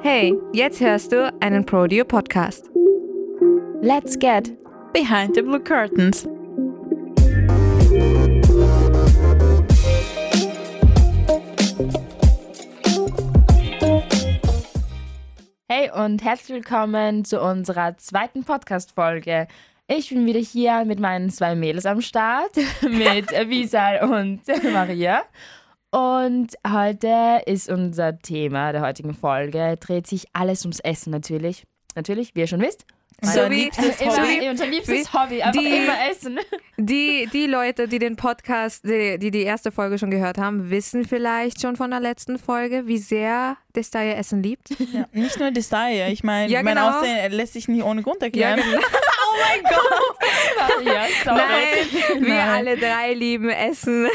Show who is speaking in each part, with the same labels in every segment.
Speaker 1: Hey, jetzt hörst du einen Prodeo Podcast.
Speaker 2: Let's get
Speaker 3: Behind the Blue Curtains. Hey und herzlich willkommen zu unserer zweiten Podcast-Folge. Ich bin wieder hier mit meinen zwei Mädels am Start, mit Visal und Maria. Und heute ist unser Thema der heutigen Folge, dreht sich alles ums Essen natürlich. Natürlich, wie ihr schon wisst.
Speaker 1: So
Speaker 3: Mein
Speaker 1: wie-
Speaker 3: liebstes
Speaker 1: so
Speaker 3: Hobby.
Speaker 1: wie-
Speaker 3: Unser liebstes
Speaker 1: wie
Speaker 3: Hobby, einfach
Speaker 1: die-
Speaker 3: immer essen.
Speaker 1: Die, die Leute, die den Podcast, die, die die erste Folge schon gehört haben, wissen vielleicht schon von der letzten Folge, wie sehr Destaya Essen liebt.
Speaker 2: Nicht nur Desire, ich meine,
Speaker 1: Ja,
Speaker 2: mein
Speaker 1: genau.
Speaker 2: Aussehen lässt sich nicht ohne Grund erklären.
Speaker 3: genau. ja, sorry.
Speaker 1: Nein, wir
Speaker 2: Nein.
Speaker 1: alle drei lieben Essen.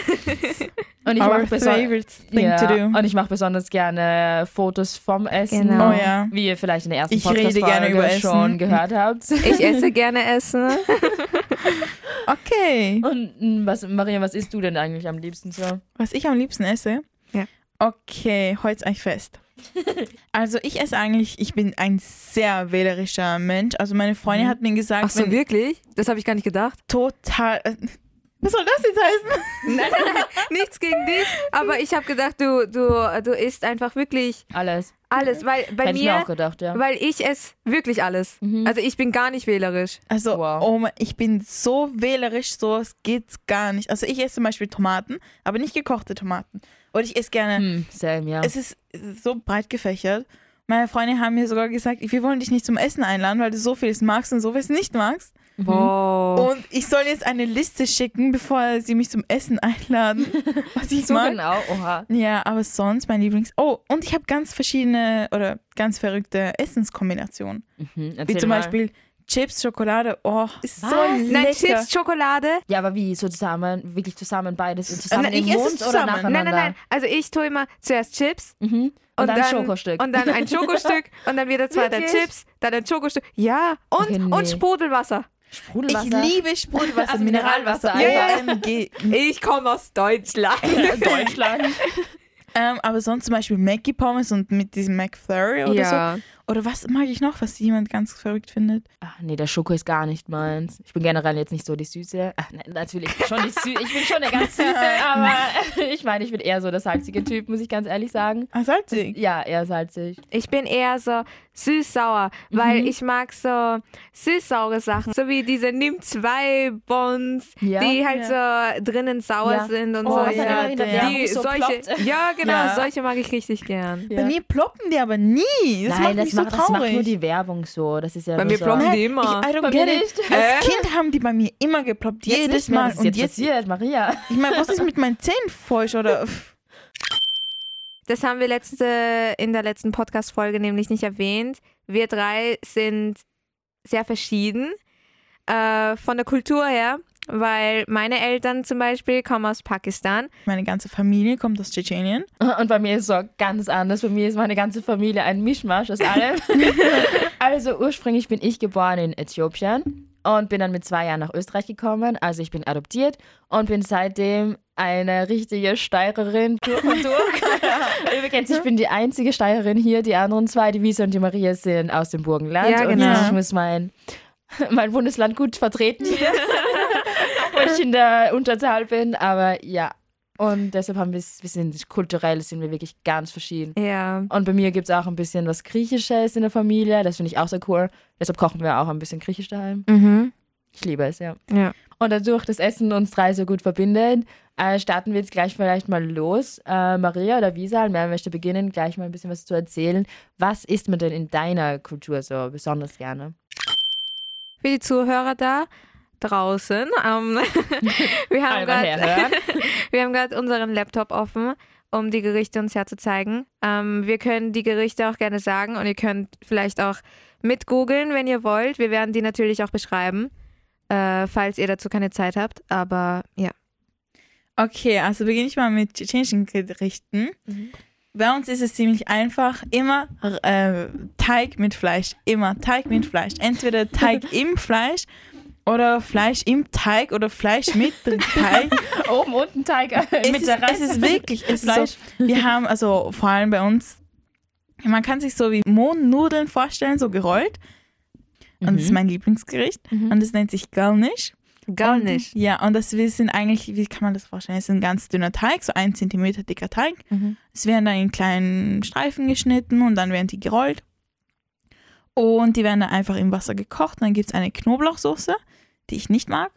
Speaker 3: Und ich
Speaker 2: Our
Speaker 3: mache besonders
Speaker 2: favorite thing to do.
Speaker 3: und ich mache besonders gerne Fotos vom Essen.
Speaker 1: Genau.
Speaker 2: Oh ja.
Speaker 3: Wie ihr vielleicht in der ersten
Speaker 2: Ich rede gerne über
Speaker 3: Podcast-Folge schon
Speaker 2: Essen.
Speaker 3: gehört habt.
Speaker 1: Ich esse gerne Essen.
Speaker 2: Okay,
Speaker 3: Und m, was, Maria, was isst du denn eigentlich am liebsten so?
Speaker 2: was ich am liebsten esse?
Speaker 1: Ja.
Speaker 2: Okay, heute euch fest. Also ich esse eigentlich, ich bin ein sehr wählerischer Mensch. Also meine
Speaker 3: Mhm.
Speaker 2: Freundin hat mir gesagt,
Speaker 1: Ach so,
Speaker 2: wenn
Speaker 1: wirklich? Das habe ich gar nicht gedacht.
Speaker 2: total... äh, Was soll das jetzt heißen?
Speaker 1: Nein, nein, nein, nichts gegen dich. Aber ich habe gedacht, du, du, du isst einfach wirklich
Speaker 3: Alles.
Speaker 1: alles. Weil bei
Speaker 3: Hätte ich mir
Speaker 1: mir,
Speaker 3: auch gedacht, Mhm. ja.
Speaker 1: weil ich esse wirklich alles. Also ich bin gar nicht wählerisch.
Speaker 2: Also,
Speaker 3: Wow.
Speaker 2: oh mein, ich bin so wählerisch, so es geht's gar nicht. Also ich esse zum Beispiel Tomaten, aber nicht gekochte Tomaten. Oder ich esse gerne
Speaker 3: Hm, same, ja.
Speaker 2: es ist so breit gefächert. Meine Freunde haben mir sogar gesagt, wir wollen dich nicht zum Essen einladen, weil du so vieles magst und so vieles nicht magst.
Speaker 3: Mhm.
Speaker 1: Wow.
Speaker 3: Oh.
Speaker 2: Und ich soll jetzt eine Liste schicken, bevor sie mich zum Essen einladen, was ich
Speaker 3: so
Speaker 2: mag.
Speaker 3: genau, oha.
Speaker 2: Ja, aber sonst mein Lieblings... Oh, und ich habe ganz verschiedene oder ganz verrückte Essenskombinationen.
Speaker 3: Mhm,
Speaker 2: Wie
Speaker 3: erzähl
Speaker 2: zum
Speaker 3: mal.
Speaker 2: Beispiel Chips, Schokolade. Oh, ist so
Speaker 3: Was?
Speaker 2: lecker.
Speaker 1: Nein, Chips, Schokolade.
Speaker 3: Ja, aber wie? So zusammen, wirklich zusammen beides? Und zusammen
Speaker 2: Nein,
Speaker 3: im
Speaker 2: Äh, ich esse
Speaker 3: Mund oder
Speaker 2: zusammen.
Speaker 3: nacheinander?
Speaker 1: Nein, nein, nein. Also ich tue immer zuerst Chips
Speaker 3: Mhm. Und,
Speaker 1: und,
Speaker 3: dann, Schokostück.
Speaker 1: Und dann ein Schokostück und dann wieder zwei der
Speaker 3: Wirklich?
Speaker 1: Chips, dann ein Schokostück. Ja, und,
Speaker 3: Okay, nee.
Speaker 1: und Sprudelwasser.
Speaker 2: Ich
Speaker 3: Sprudelwasser.
Speaker 2: liebe Sprudelwasser,
Speaker 3: Also
Speaker 2: Mineralwasser.
Speaker 3: Mineralwasser
Speaker 2: OMG.
Speaker 1: Ich komme aus Deutschland.
Speaker 3: Deutschland.
Speaker 2: Ähm, aber sonst zum Beispiel Mackie Pommes und mit diesem McFlurry oder so.
Speaker 1: ja.
Speaker 2: Oder was mag ich noch, was jemand ganz verrückt findet?
Speaker 3: Ach nee, der Schoko ist gar nicht meins. Ich bin generell jetzt nicht so die Süße. Ach, nein, natürlich, schon die Süße. Ich bin schon eine ganz Süße, aber ich meine, ich bin eher so der salzige Typ, muss ich ganz ehrlich sagen.
Speaker 2: Ah, salzig.
Speaker 3: Ja, eher salzig.
Speaker 1: Ich bin eher so süß-sauer, weil ich mag so süß-saure Sachen, so wie diese Nimm zwei Bons,
Speaker 3: Ja,
Speaker 1: die halt so drinnen sauer
Speaker 3: Ja.
Speaker 1: sind und
Speaker 2: Oh,
Speaker 1: so.
Speaker 2: was hat
Speaker 1: ja.
Speaker 2: er immer wieder-
Speaker 1: Die solche, ja, genau,
Speaker 2: Ja.
Speaker 1: solche mag ich richtig gern.
Speaker 3: Ja.
Speaker 2: Bei mir ploppen die aber nie. Das
Speaker 3: Nein,
Speaker 2: macht
Speaker 3: das,
Speaker 2: mich
Speaker 3: macht,
Speaker 2: so
Speaker 3: das
Speaker 2: traurig.
Speaker 3: macht nur die Werbung so. Das ist ja
Speaker 1: Bei
Speaker 3: nur
Speaker 1: mir
Speaker 3: so.
Speaker 1: ploppen
Speaker 2: Nein,
Speaker 1: die immer.
Speaker 2: Ich, I don't
Speaker 3: Bei mir
Speaker 2: get it.
Speaker 3: nicht.
Speaker 2: Als Kind haben die bei mir immer geploppt.
Speaker 3: Jetzt
Speaker 2: jedes
Speaker 3: nicht mehr,
Speaker 2: Mal.
Speaker 3: Was ist
Speaker 2: Und
Speaker 3: jetzt
Speaker 2: jetzt,
Speaker 3: passiert, Maria?
Speaker 2: ich meine, was ist mit meinen Zähnen falsch? Oder Pff,
Speaker 1: Das haben wir letzte, in der letzten Podcast-Folge nämlich nicht erwähnt. Wir drei sind sehr verschieden äh, von der Kultur her, weil meine Eltern zum Beispiel kommen aus Pakistan.
Speaker 2: meine ganze Familie kommt aus Tschetschenien.
Speaker 3: Und bei mir ist es so ganz anders. Bei mir ist meine ganze Familie ein Mischmasch aus allem. also ursprünglich bin ich geboren in Äthiopien und bin dann mit zwei Jahren nach Österreich gekommen. Also ich bin adoptiert und bin seitdem eine richtige Steirerin durch und durch. Übrigens, ich bin die einzige Steirerin hier. Die anderen zwei, die Wiese und die Maria, sind aus dem Burgenland.
Speaker 1: Ja, genau.
Speaker 3: Und ich muss mein, mein Bundesland gut vertreten hier, obwohl ich in der Unterzahl bin. Aber ja, und deshalb haben wir, wir sind kulturell sind wir wirklich ganz verschieden.
Speaker 1: Ja.
Speaker 3: Und bei mir gibt es auch ein bisschen was Griechisches in der Familie. Das finde ich auch sehr cool. Deshalb kochen wir auch ein bisschen Griechisch daheim.
Speaker 1: Mhm.
Speaker 3: Ich liebe es, ja.
Speaker 1: Ja.
Speaker 3: Und dadurch, dass Essen uns drei so gut verbindet, äh, starten wir jetzt gleich vielleicht mal los. Äh, Maria oder Wiesal, wer möchte beginnen, gleich mal ein bisschen was zu erzählen. Was isst man denn in deiner Kultur so besonders gerne?
Speaker 1: Für die Zuhörer da draußen. Ähm, wir haben
Speaker 3: Einmal
Speaker 1: gerade
Speaker 3: herhören.
Speaker 1: Wir haben gerade unseren Laptop offen, um die Gerichte uns herzuzeigen. Ähm, wir können die Gerichte auch gerne sagen und ihr könnt vielleicht auch mit googeln, wenn ihr wollt. Wir werden die natürlich auch beschreiben, äh, falls ihr dazu keine Zeit habt. Aber ja.
Speaker 2: Okay, also beginne ich mal mit tschetschenischen Gerichten. Bei uns ist es ziemlich einfach. Immer äh, Teig mit Fleisch. Immer Teig mit Fleisch. Entweder Teig im Fleisch oder Fleisch im Teig oder Fleisch mit Teig.
Speaker 3: Oben, unten Teig äh,
Speaker 2: Es
Speaker 3: mit
Speaker 2: ist,
Speaker 3: der Rest.
Speaker 2: Es ist wirklich es ist
Speaker 3: Fleisch.
Speaker 2: so, Wir haben also vor allem bei uns Man kann sich so wie Mohnnudeln vorstellen, so gerollt. Und das ist mein Lieblingsgericht. Und das nennt sich Garnish.
Speaker 1: Gar
Speaker 2: Und-
Speaker 1: nicht.
Speaker 2: Ja, und das wir sind eigentlich, wie kann man das vorstellen? Es ist ein ganz dünner Teig, so ein Zentimeter dicker Teig.
Speaker 1: Mhm.
Speaker 2: Es werden dann in kleinen Streifen geschnitten und dann werden die gerollt. Und die werden dann einfach im Wasser gekocht. Und dann gibt es eine Knoblauchsoße, die ich nicht mag.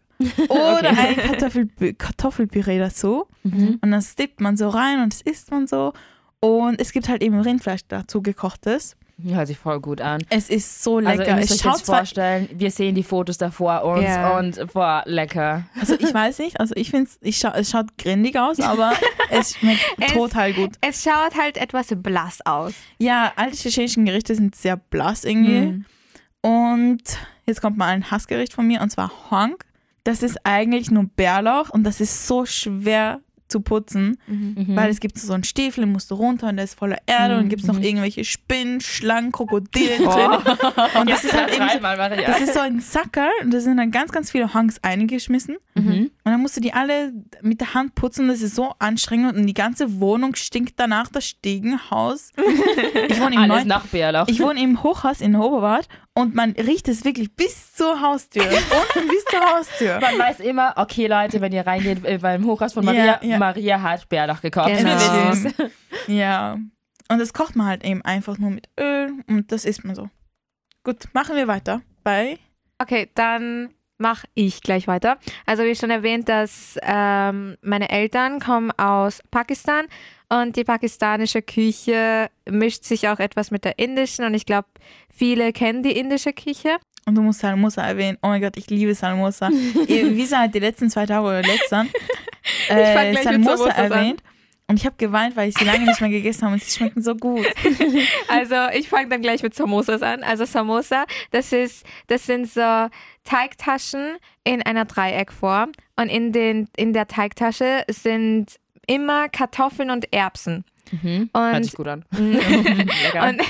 Speaker 2: Oder ein Kartoffelpü- Kartoffelpüree dazu.
Speaker 3: Mhm.
Speaker 2: Und das dippt man so rein und das isst man so. Und es gibt halt eben Rindfleisch dazu gekochtes.
Speaker 3: Mhm. Hört sich voll gut an.
Speaker 2: Es ist so
Speaker 3: Also
Speaker 2: lecker.
Speaker 3: ihr müsst
Speaker 2: es
Speaker 3: euch
Speaker 2: schaut
Speaker 3: jetzt
Speaker 2: zwar
Speaker 3: vorstellen, wir sehen die Fotos da vor uns
Speaker 1: Ja.
Speaker 3: und boah, lecker.
Speaker 2: Also ich weiß nicht, also ich finde ich scha es schaut grindig aus, aber es schmeckt
Speaker 1: Es-
Speaker 2: total gut.
Speaker 1: Es schaut halt etwas blass aus.
Speaker 2: Ja, alte tschechenischen Gerichte sind sehr blass irgendwie. Und jetzt kommt mal ein Hassgericht von mir und zwar Honk. Das ist eigentlich nur Bärlauch und das ist so schwer zu putzen, weil es gibt so einen Stiefel, den musst du runter und der ist voller Erde und gibt es noch irgendwelche Spinnen, Schlangen, Krokodile drin. Und das ist halt eben so,
Speaker 3: Dreimal, Maria.
Speaker 2: das ist so ein Sackerl und da sind dann ganz, ganz viele Honks eingeschmissen.
Speaker 3: mhm.
Speaker 2: Und dann musst du die alle mit der Hand putzen. Das ist so anstrengend. Und die ganze Wohnung stinkt danach, das Stegenhaus. Ich wohne im,
Speaker 3: Alles
Speaker 2: Neuen,
Speaker 3: nach Bärlauch.
Speaker 2: ich wohne im Hochhaus in Oberwart und man riecht es wirklich bis zur Haustür. Unten bis zur Haustür.
Speaker 3: man weiß immer, okay Leute, wenn ihr reingeht äh, beim Hochhaus von
Speaker 2: Ja,
Speaker 3: Maria,
Speaker 2: ja.
Speaker 3: Maria hat Bärlauch gekocht.
Speaker 1: Genau.
Speaker 3: Tschüss.
Speaker 2: Es ist- Ja. Und das kocht man halt eben einfach nur mit Öl und das isst man so. Gut, machen wir weiter bei
Speaker 1: Okay, dann mache ich gleich weiter. Also wie schon erwähnt, dass ähm, meine Eltern kommen aus Pakistan und die pakistanische Küche mischt sich auch etwas mit der indischen und ich glaube, viele kennen die indische Küche.
Speaker 2: Und du musst Salmosa erwähnen. Oh mein Gott, ich liebe Salmosa. Ihr- Visa hat die letzten zwei Tage oder letztern
Speaker 1: fang gleich
Speaker 2: äh,
Speaker 1: mit
Speaker 2: Salmosa
Speaker 1: Samosas an.
Speaker 2: erwähnt. Und ich habe geweint, weil ich sie lange nicht mehr gegessen habe und sie schmecken so gut.
Speaker 1: Also ich fange dann gleich mit Samosas an. Also Samosa, das ist, das sind so Teigtaschen in einer Dreieckform und in den in der Teigtasche sind immer Kartoffeln und Erbsen.
Speaker 3: Mhm. Hört
Speaker 1: Und
Speaker 3: sich gut an. lecker.
Speaker 1: Und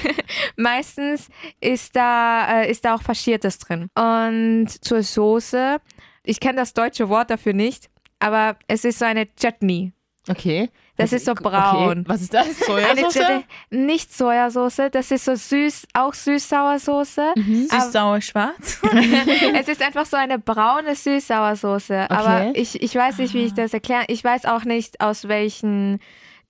Speaker 1: meistens ist da, äh, ist da auch Faschiertes drin. Und zur Soße, ich kenne das deutsche Wort dafür nicht, aber es ist so eine Chutney.
Speaker 3: okay.
Speaker 1: Das ist so braun.
Speaker 3: Okay. Was ist das?
Speaker 1: Eine
Speaker 3: Sojasauce?
Speaker 1: Chutney, nicht Sojasauce, das ist so süß, auch süß-sauersoße.
Speaker 3: Mhm.
Speaker 2: Süß, sauer, schwarz.
Speaker 1: es ist einfach so eine braune Süß-Sauersoße. Aber ich, ich weiß nicht, wie ich das erkläre. Ich weiß auch nicht, aus welchen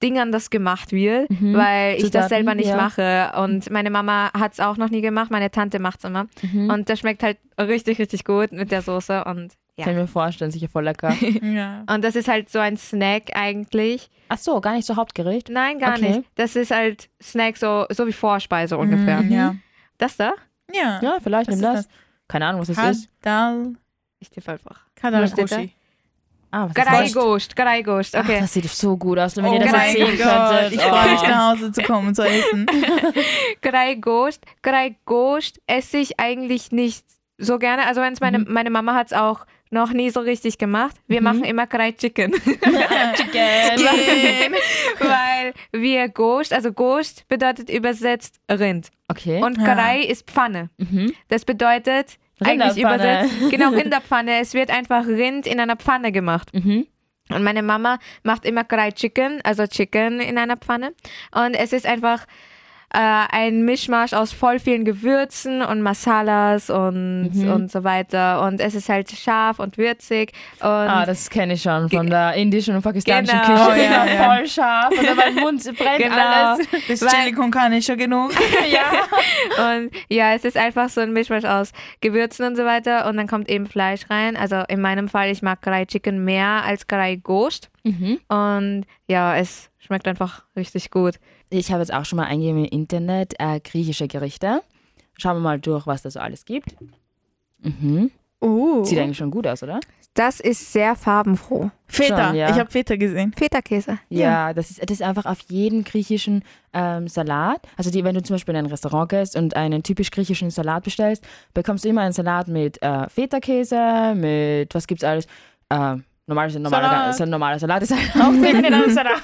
Speaker 1: Dingern das gemacht wird, weil ich das
Speaker 3: Mhm. Zutaten,
Speaker 1: selber nicht
Speaker 3: ja.
Speaker 1: mache. Und meine Mama hat es auch noch nie gemacht, meine Tante macht es immer.
Speaker 2: Mhm.
Speaker 3: Mhm.
Speaker 1: Und das schmeckt halt richtig, richtig gut mit der Soße. Und ja.
Speaker 3: Kann ich mir vorstellen, sicher voll lecker.
Speaker 2: ja.
Speaker 1: Und das ist halt so ein Snack eigentlich.
Speaker 3: Ach so, gar nicht so Hauptgericht.
Speaker 1: Nein, gar
Speaker 3: Okay. Mhm,
Speaker 1: nicht. Das ist halt Snack, so, so wie Vorspeise ungefähr.
Speaker 2: Ja.
Speaker 1: Das da?
Speaker 2: Mhm. Ja.
Speaker 3: Ja, vielleicht
Speaker 2: Was
Speaker 3: nimm
Speaker 2: ist
Speaker 3: das. Keine Ahnung, was das ist.
Speaker 2: Kadal.
Speaker 1: Ich tippe einfach.
Speaker 2: Kadal
Speaker 1: steht da?
Speaker 2: Koshi.
Speaker 3: Ah, was
Speaker 1: Garai
Speaker 3: ist das?
Speaker 1: Ghost, Garai Ghost.
Speaker 3: Ach,
Speaker 1: Okay.
Speaker 3: das sieht so gut aus, wenn
Speaker 2: Oh
Speaker 3: ihr das
Speaker 2: mein
Speaker 3: erzählen
Speaker 2: Gott,
Speaker 3: könntet.
Speaker 2: ich freue mich
Speaker 3: Oh.
Speaker 2: nach Hause zu kommen und zu essen.
Speaker 1: Grey Ghost, Grey Ghost esse ich eigentlich nicht so gerne. Also wenn's
Speaker 3: Mhm.
Speaker 1: meine, meine Mama hat es auch noch nie so richtig gemacht. Wir machen immer Grey Chicken, weil wir Ghost, also Ghost bedeutet übersetzt Rind
Speaker 3: Okay.
Speaker 1: und
Speaker 2: Ah.
Speaker 1: Grey ist Pfanne.
Speaker 3: mhm.
Speaker 1: Das bedeutet eigentlich
Speaker 3: Rinderpfanne.
Speaker 1: übersetzt genau Rinderpfanne. Es wird einfach Rind in einer Pfanne gemacht.
Speaker 3: Mhm.
Speaker 1: Und meine Mama macht immer Grey Chicken, also Chicken in einer Pfanne. Und es ist einfach äh, ein Mischmasch aus voll vielen Gewürzen und Masalas und,
Speaker 3: Mhm.
Speaker 1: und so weiter. Und es ist halt scharf und würzig. Und
Speaker 3: Ah, das kenne ich schon von der indischen und pakistanischen
Speaker 1: Genau.
Speaker 3: Küche.
Speaker 2: Oh, ja, ja.
Speaker 3: Voll scharf und dann mein Mund brennt
Speaker 1: Genau.
Speaker 3: alles.
Speaker 2: Das Chili con Carne ist schon genug.
Speaker 3: ja.
Speaker 1: und ja, es ist einfach so ein Mischmasch aus Gewürzen und so weiter. Und dann kommt eben Fleisch rein. Also in meinem Fall, ich mag Grey Chicken mehr als Grey Ghost.
Speaker 3: Mhm.
Speaker 1: Und ja, es schmeckt einfach richtig gut.
Speaker 3: Ich habe jetzt auch schon mal eingegeben im Internet äh, griechische Gerichte. Schauen wir mal durch, was da so alles gibt. Mhm.
Speaker 2: Uh.
Speaker 3: Sieht eigentlich schon gut aus, oder?
Speaker 1: Das ist sehr farbenfroh.
Speaker 2: Feta.
Speaker 3: Schon, ja.
Speaker 2: Ich habe Feta gesehen.
Speaker 1: Feta-Käse.
Speaker 3: Ja, das, ist, das ist einfach auf jeden griechischen ähm, Salat. Also die, wenn du zum Beispiel in ein Restaurant gehst und einen typisch griechischen Salat bestellst, bekommst du immer einen Salat mit äh, Feta-Käse, mit was gibt's alles? Äh, normales, normaler,
Speaker 2: Salat.
Speaker 3: Salat. normaler Salat ist ein auch definitiv ein Salat.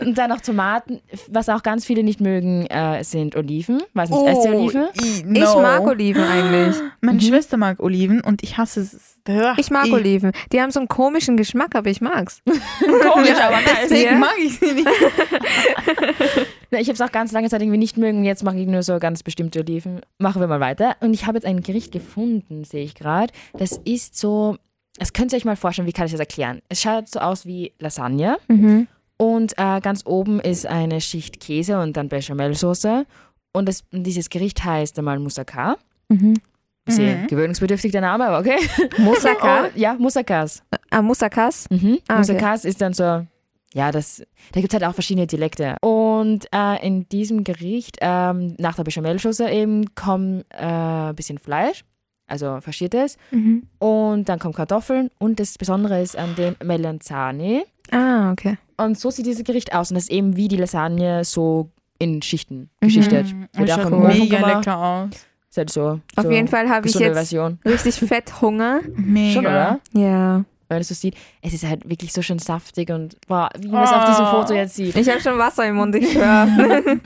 Speaker 3: und dann noch Tomaten. Was auch ganz viele nicht mögen, äh, sind Oliven. Weiß nicht, esst ihr
Speaker 1: Oh.
Speaker 3: Oliven?
Speaker 2: i-
Speaker 1: Ich
Speaker 2: Oh, no.
Speaker 1: mag Oliven eigentlich.
Speaker 2: Meine Schwester mag Oliven und ich hasse es.
Speaker 1: Ich mag
Speaker 2: I-
Speaker 1: Oliven. Die haben so einen komischen Geschmack, aber ich mag's.
Speaker 3: Komisch, aber
Speaker 2: Deswegen
Speaker 1: Ja.
Speaker 2: mag ich sie nicht.
Speaker 3: Na, ich habe es auch ganz lange Zeit irgendwie nicht mögen. Jetzt mache ich nur so ganz bestimmte Oliven. Machen wir mal weiter. Und ich habe jetzt ein Gericht gefunden, sehe ich gerade. Das ist so, das könnt ihr euch mal vorstellen, wie kann ich das erklären? Es schaut so aus wie Lasagne.
Speaker 1: Mhm.
Speaker 3: Und äh, ganz oben ist eine Schicht Käse und dann Bechamelsoße. Und das, dieses Gericht heißt einmal Moussaka.
Speaker 1: Mhm.
Speaker 3: Sehr gewöhnungsbedürftig der Name, aber okay.
Speaker 1: Moussaka?
Speaker 3: Und- ja, Moussakas.
Speaker 1: Ah, Moussakas?
Speaker 3: Mhm.
Speaker 1: Ah, okay.
Speaker 3: Moussakas ist dann so, ja, das, da gibt es halt auch verschiedene Dialekte. Und äh, in diesem Gericht, ähm, nach der Bechamelsoße eben, kommt äh, ein bisschen Fleisch, also faschiertes.
Speaker 1: Mhm.
Speaker 3: Und dann kommen Kartoffeln und das Besondere ist an dem Melanzani.
Speaker 1: Ah, okay.
Speaker 3: Und so sieht dieses Gericht aus. Und das ist eben wie die Lasagne so in Schichten
Speaker 1: Mhm.
Speaker 3: geschichtet. Wird auch im Ofen
Speaker 2: mega
Speaker 3: gemacht.
Speaker 2: lecker aus.
Speaker 3: Ist halt so,
Speaker 1: Auf
Speaker 3: so
Speaker 1: jeden Fall habe ich
Speaker 3: gesunde
Speaker 1: jetzt
Speaker 3: Version.
Speaker 1: richtig fett Hunger.
Speaker 2: Mega.
Speaker 3: Schon, oder?
Speaker 1: Ja.
Speaker 3: Wenn man das so sieht. Es ist halt wirklich so schön saftig und wow, wie man es auf diesem
Speaker 2: Oh.
Speaker 3: Foto jetzt sieht.
Speaker 1: Ich habe schon Wasser im Mund, ich schwör.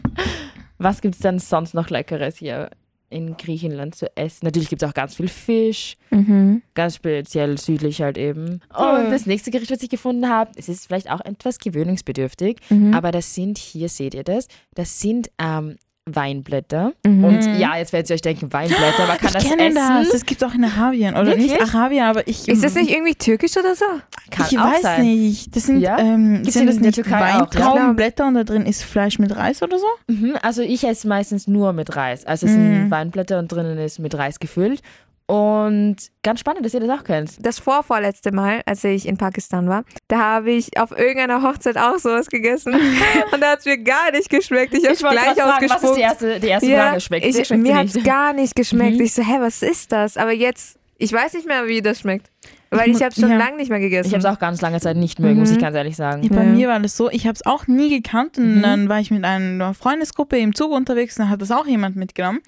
Speaker 3: Was gibt es dann sonst noch Leckeres hier in Griechenland zu essen? Natürlich gibt es auch ganz viel Fisch.
Speaker 1: mhm.
Speaker 3: Ganz speziell südlich halt eben. Und
Speaker 2: Mhm.
Speaker 3: das nächste Gericht, was ich gefunden habe, es ist vielleicht auch etwas gewöhnungsbedürftig,
Speaker 1: Mhm.
Speaker 3: aber das sind, hier seht ihr das, das sind ähm, Weinblätter.
Speaker 1: Mhm.
Speaker 3: Und ja, jetzt werdet ihr euch denken, Weinblätter, man kann
Speaker 2: ich
Speaker 3: das
Speaker 2: kenne
Speaker 3: essen.
Speaker 2: das. Das gibt es auch in Arabien. Oder nicht
Speaker 3: Wirklich?
Speaker 2: Arabien, aber ich.
Speaker 1: Ist das nicht irgendwie türkisch oder so?
Speaker 3: Kann
Speaker 2: ich
Speaker 3: auch
Speaker 2: weiß
Speaker 3: sein.
Speaker 2: nicht. Das sind,
Speaker 3: Ja?
Speaker 2: ähm,
Speaker 3: Gibt's
Speaker 2: sind
Speaker 3: in
Speaker 2: das
Speaker 3: der
Speaker 2: nicht
Speaker 3: Türkei auch, ja?
Speaker 2: Weintraubenblätter und da drin ist Fleisch mit Reis oder so?
Speaker 3: Mhm, also ich esse meistens nur mit Reis. Also es
Speaker 2: Mhm.
Speaker 3: sind Weinblätter und drinnen ist mit Reis gefüllt. Und ganz spannend, dass ihr das auch könnt.
Speaker 1: Das vorvorletzte Mal, als ich in Pakistan war, da habe ich auf irgendeiner Hochzeit auch sowas gegessen. Und da hat es mir gar nicht geschmeckt. Ich habe es
Speaker 3: wollte
Speaker 1: gleich
Speaker 3: gerade fragen, Was ist
Speaker 1: ausgespuckt.
Speaker 3: die erste, die erste Frage? Schmeckt sie,
Speaker 1: ich,
Speaker 3: schmeckt sie
Speaker 1: mir
Speaker 3: nicht? Mhm.
Speaker 1: hat's gar nicht geschmeckt. Ich so, hä, was ist das? Aber jetzt, ich weiß nicht mehr, wie das schmeckt. Weil
Speaker 2: Ich
Speaker 1: ich,
Speaker 2: mu-
Speaker 1: habe schon
Speaker 2: ja.
Speaker 1: lange nicht mehr gegessen. Mhm.
Speaker 3: Ich habe es auch ganz lange Zeit nicht mögen, muss ich ganz ehrlich sagen.
Speaker 2: Ja, bei
Speaker 1: Ja.
Speaker 2: mir war das so, ich habe es auch nie gekannt und dann war ich mit einer Freundesgruppe im Zug unterwegs und dann hat das auch jemand mitgenommen.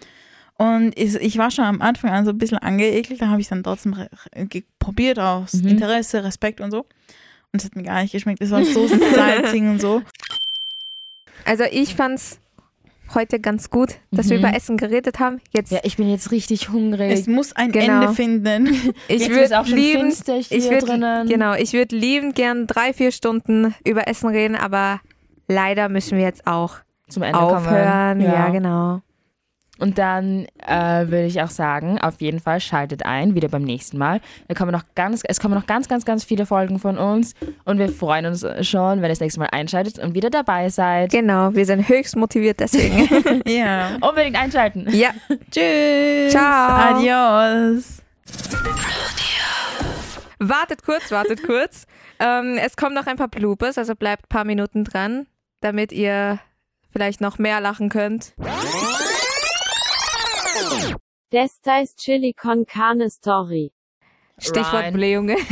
Speaker 2: Und ich, ich war schon am Anfang an so ein bisschen angeekelt, da habe ich dann trotzdem re- ge- probiert aus
Speaker 3: Mhm.
Speaker 2: Interesse, Respekt und so. Und es hat mir gar nicht geschmeckt, es war so salzig und so.
Speaker 1: also ich fand's heute ganz gut, dass wir
Speaker 3: Mhm.
Speaker 1: über Essen geredet haben. Jetzt,
Speaker 3: Ja, ich bin jetzt richtig hungrig.
Speaker 2: Es muss ein
Speaker 1: Genau.
Speaker 2: Ende finden.
Speaker 1: ich
Speaker 3: Jetzt wird's
Speaker 1: würde
Speaker 3: auch schon
Speaker 1: lieben,
Speaker 3: finster hier
Speaker 1: ich würd,
Speaker 3: drinnen.
Speaker 1: genau, ich würde liebend gern drei, vier Stunden über Essen reden, aber leider müssen wir jetzt auch
Speaker 3: Zum Ende
Speaker 1: aufhören.
Speaker 3: kommen.
Speaker 1: Ja. genau.
Speaker 3: Und dann äh, würde ich auch sagen, auf jeden Fall schaltet ein, wieder beim nächsten Mal. Da kommen noch ganz, es kommen noch ganz, ganz, ganz viele Folgen von uns. Und wir freuen uns schon, wenn ihr das nächste Mal einschaltet und wieder dabei seid.
Speaker 1: Genau, wir sind höchst motiviert deswegen.
Speaker 2: ja.
Speaker 3: Unbedingt einschalten.
Speaker 1: ja,
Speaker 2: Tschüss.
Speaker 1: Ciao.
Speaker 2: Adios.
Speaker 1: wartet kurz, wartet kurz. Ähm, es kommen noch ein paar Bloopers, also bleibt ein paar Minuten dran, damit ihr vielleicht noch mehr lachen könnt.
Speaker 4: Destais Chili con Carne Story.
Speaker 1: Stichwort
Speaker 3: Ryan.
Speaker 1: Blähungen.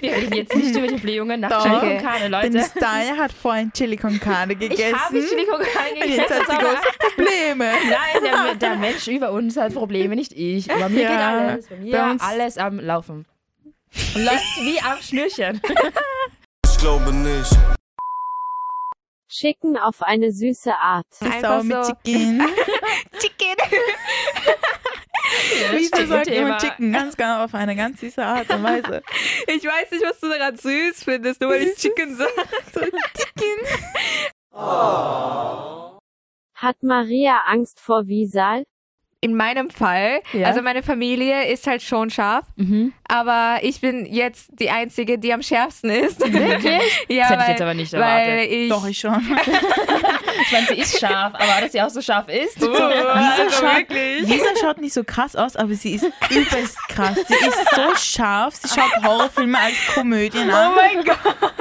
Speaker 3: Wir reden jetzt nicht über die Blähungen nach
Speaker 2: Doch.
Speaker 3: Chili con Carne,
Speaker 2: Denn
Speaker 3: Leute.
Speaker 2: Stein hat vorhin Chili con Carne
Speaker 3: Ich
Speaker 2: gegessen.
Speaker 3: habe Chili con Carne
Speaker 2: und jetzt hat sie
Speaker 3: gegessen.
Speaker 2: große Probleme.
Speaker 3: Nein, der, der Mensch über uns hat Probleme, nicht ich. Bei mir geht
Speaker 2: Ja,
Speaker 3: alles. Bei mir
Speaker 2: bei uns-
Speaker 3: alles am Laufen. Läuft wie am Schnürchen.
Speaker 5: Ich glaube nicht.
Speaker 4: Chicken auf eine süße Art.
Speaker 2: Sie ist
Speaker 1: Einfach
Speaker 2: sauer mit
Speaker 1: so.
Speaker 2: Chicken.
Speaker 1: Chicken.
Speaker 2: Wieso sagt
Speaker 3: Thema.
Speaker 2: jemand Chicken? Ganz genau auf eine ganz süße Art und Weise.
Speaker 1: Ich weiß nicht, was du daran süß findest, nur weil ich Chicken sage.
Speaker 4: Hat Maria Angst vor Visal?
Speaker 1: In meinem Fall,
Speaker 3: Ja.
Speaker 1: also meine Familie ist halt schon scharf,
Speaker 3: Mhm.
Speaker 1: aber ich bin jetzt die Einzige, die am schärfsten ist.
Speaker 3: Wirklich?
Speaker 1: ja,
Speaker 3: Das hätte
Speaker 1: weil,
Speaker 3: ich jetzt aber nicht
Speaker 1: weil
Speaker 3: erwartet.
Speaker 1: ich...
Speaker 2: Doch, ich schon.
Speaker 3: Ich meine, sie ist scharf, aber dass sie auch so scharf ist.
Speaker 2: Lisa
Speaker 1: also
Speaker 2: schaut,
Speaker 1: wirklich?
Speaker 2: Lisa schaut nicht so krass aus, aber sie ist übelst krass. Sie ist so scharf. Sie schaut Horrorfilme als Komödien an.
Speaker 1: Oh mein Gott.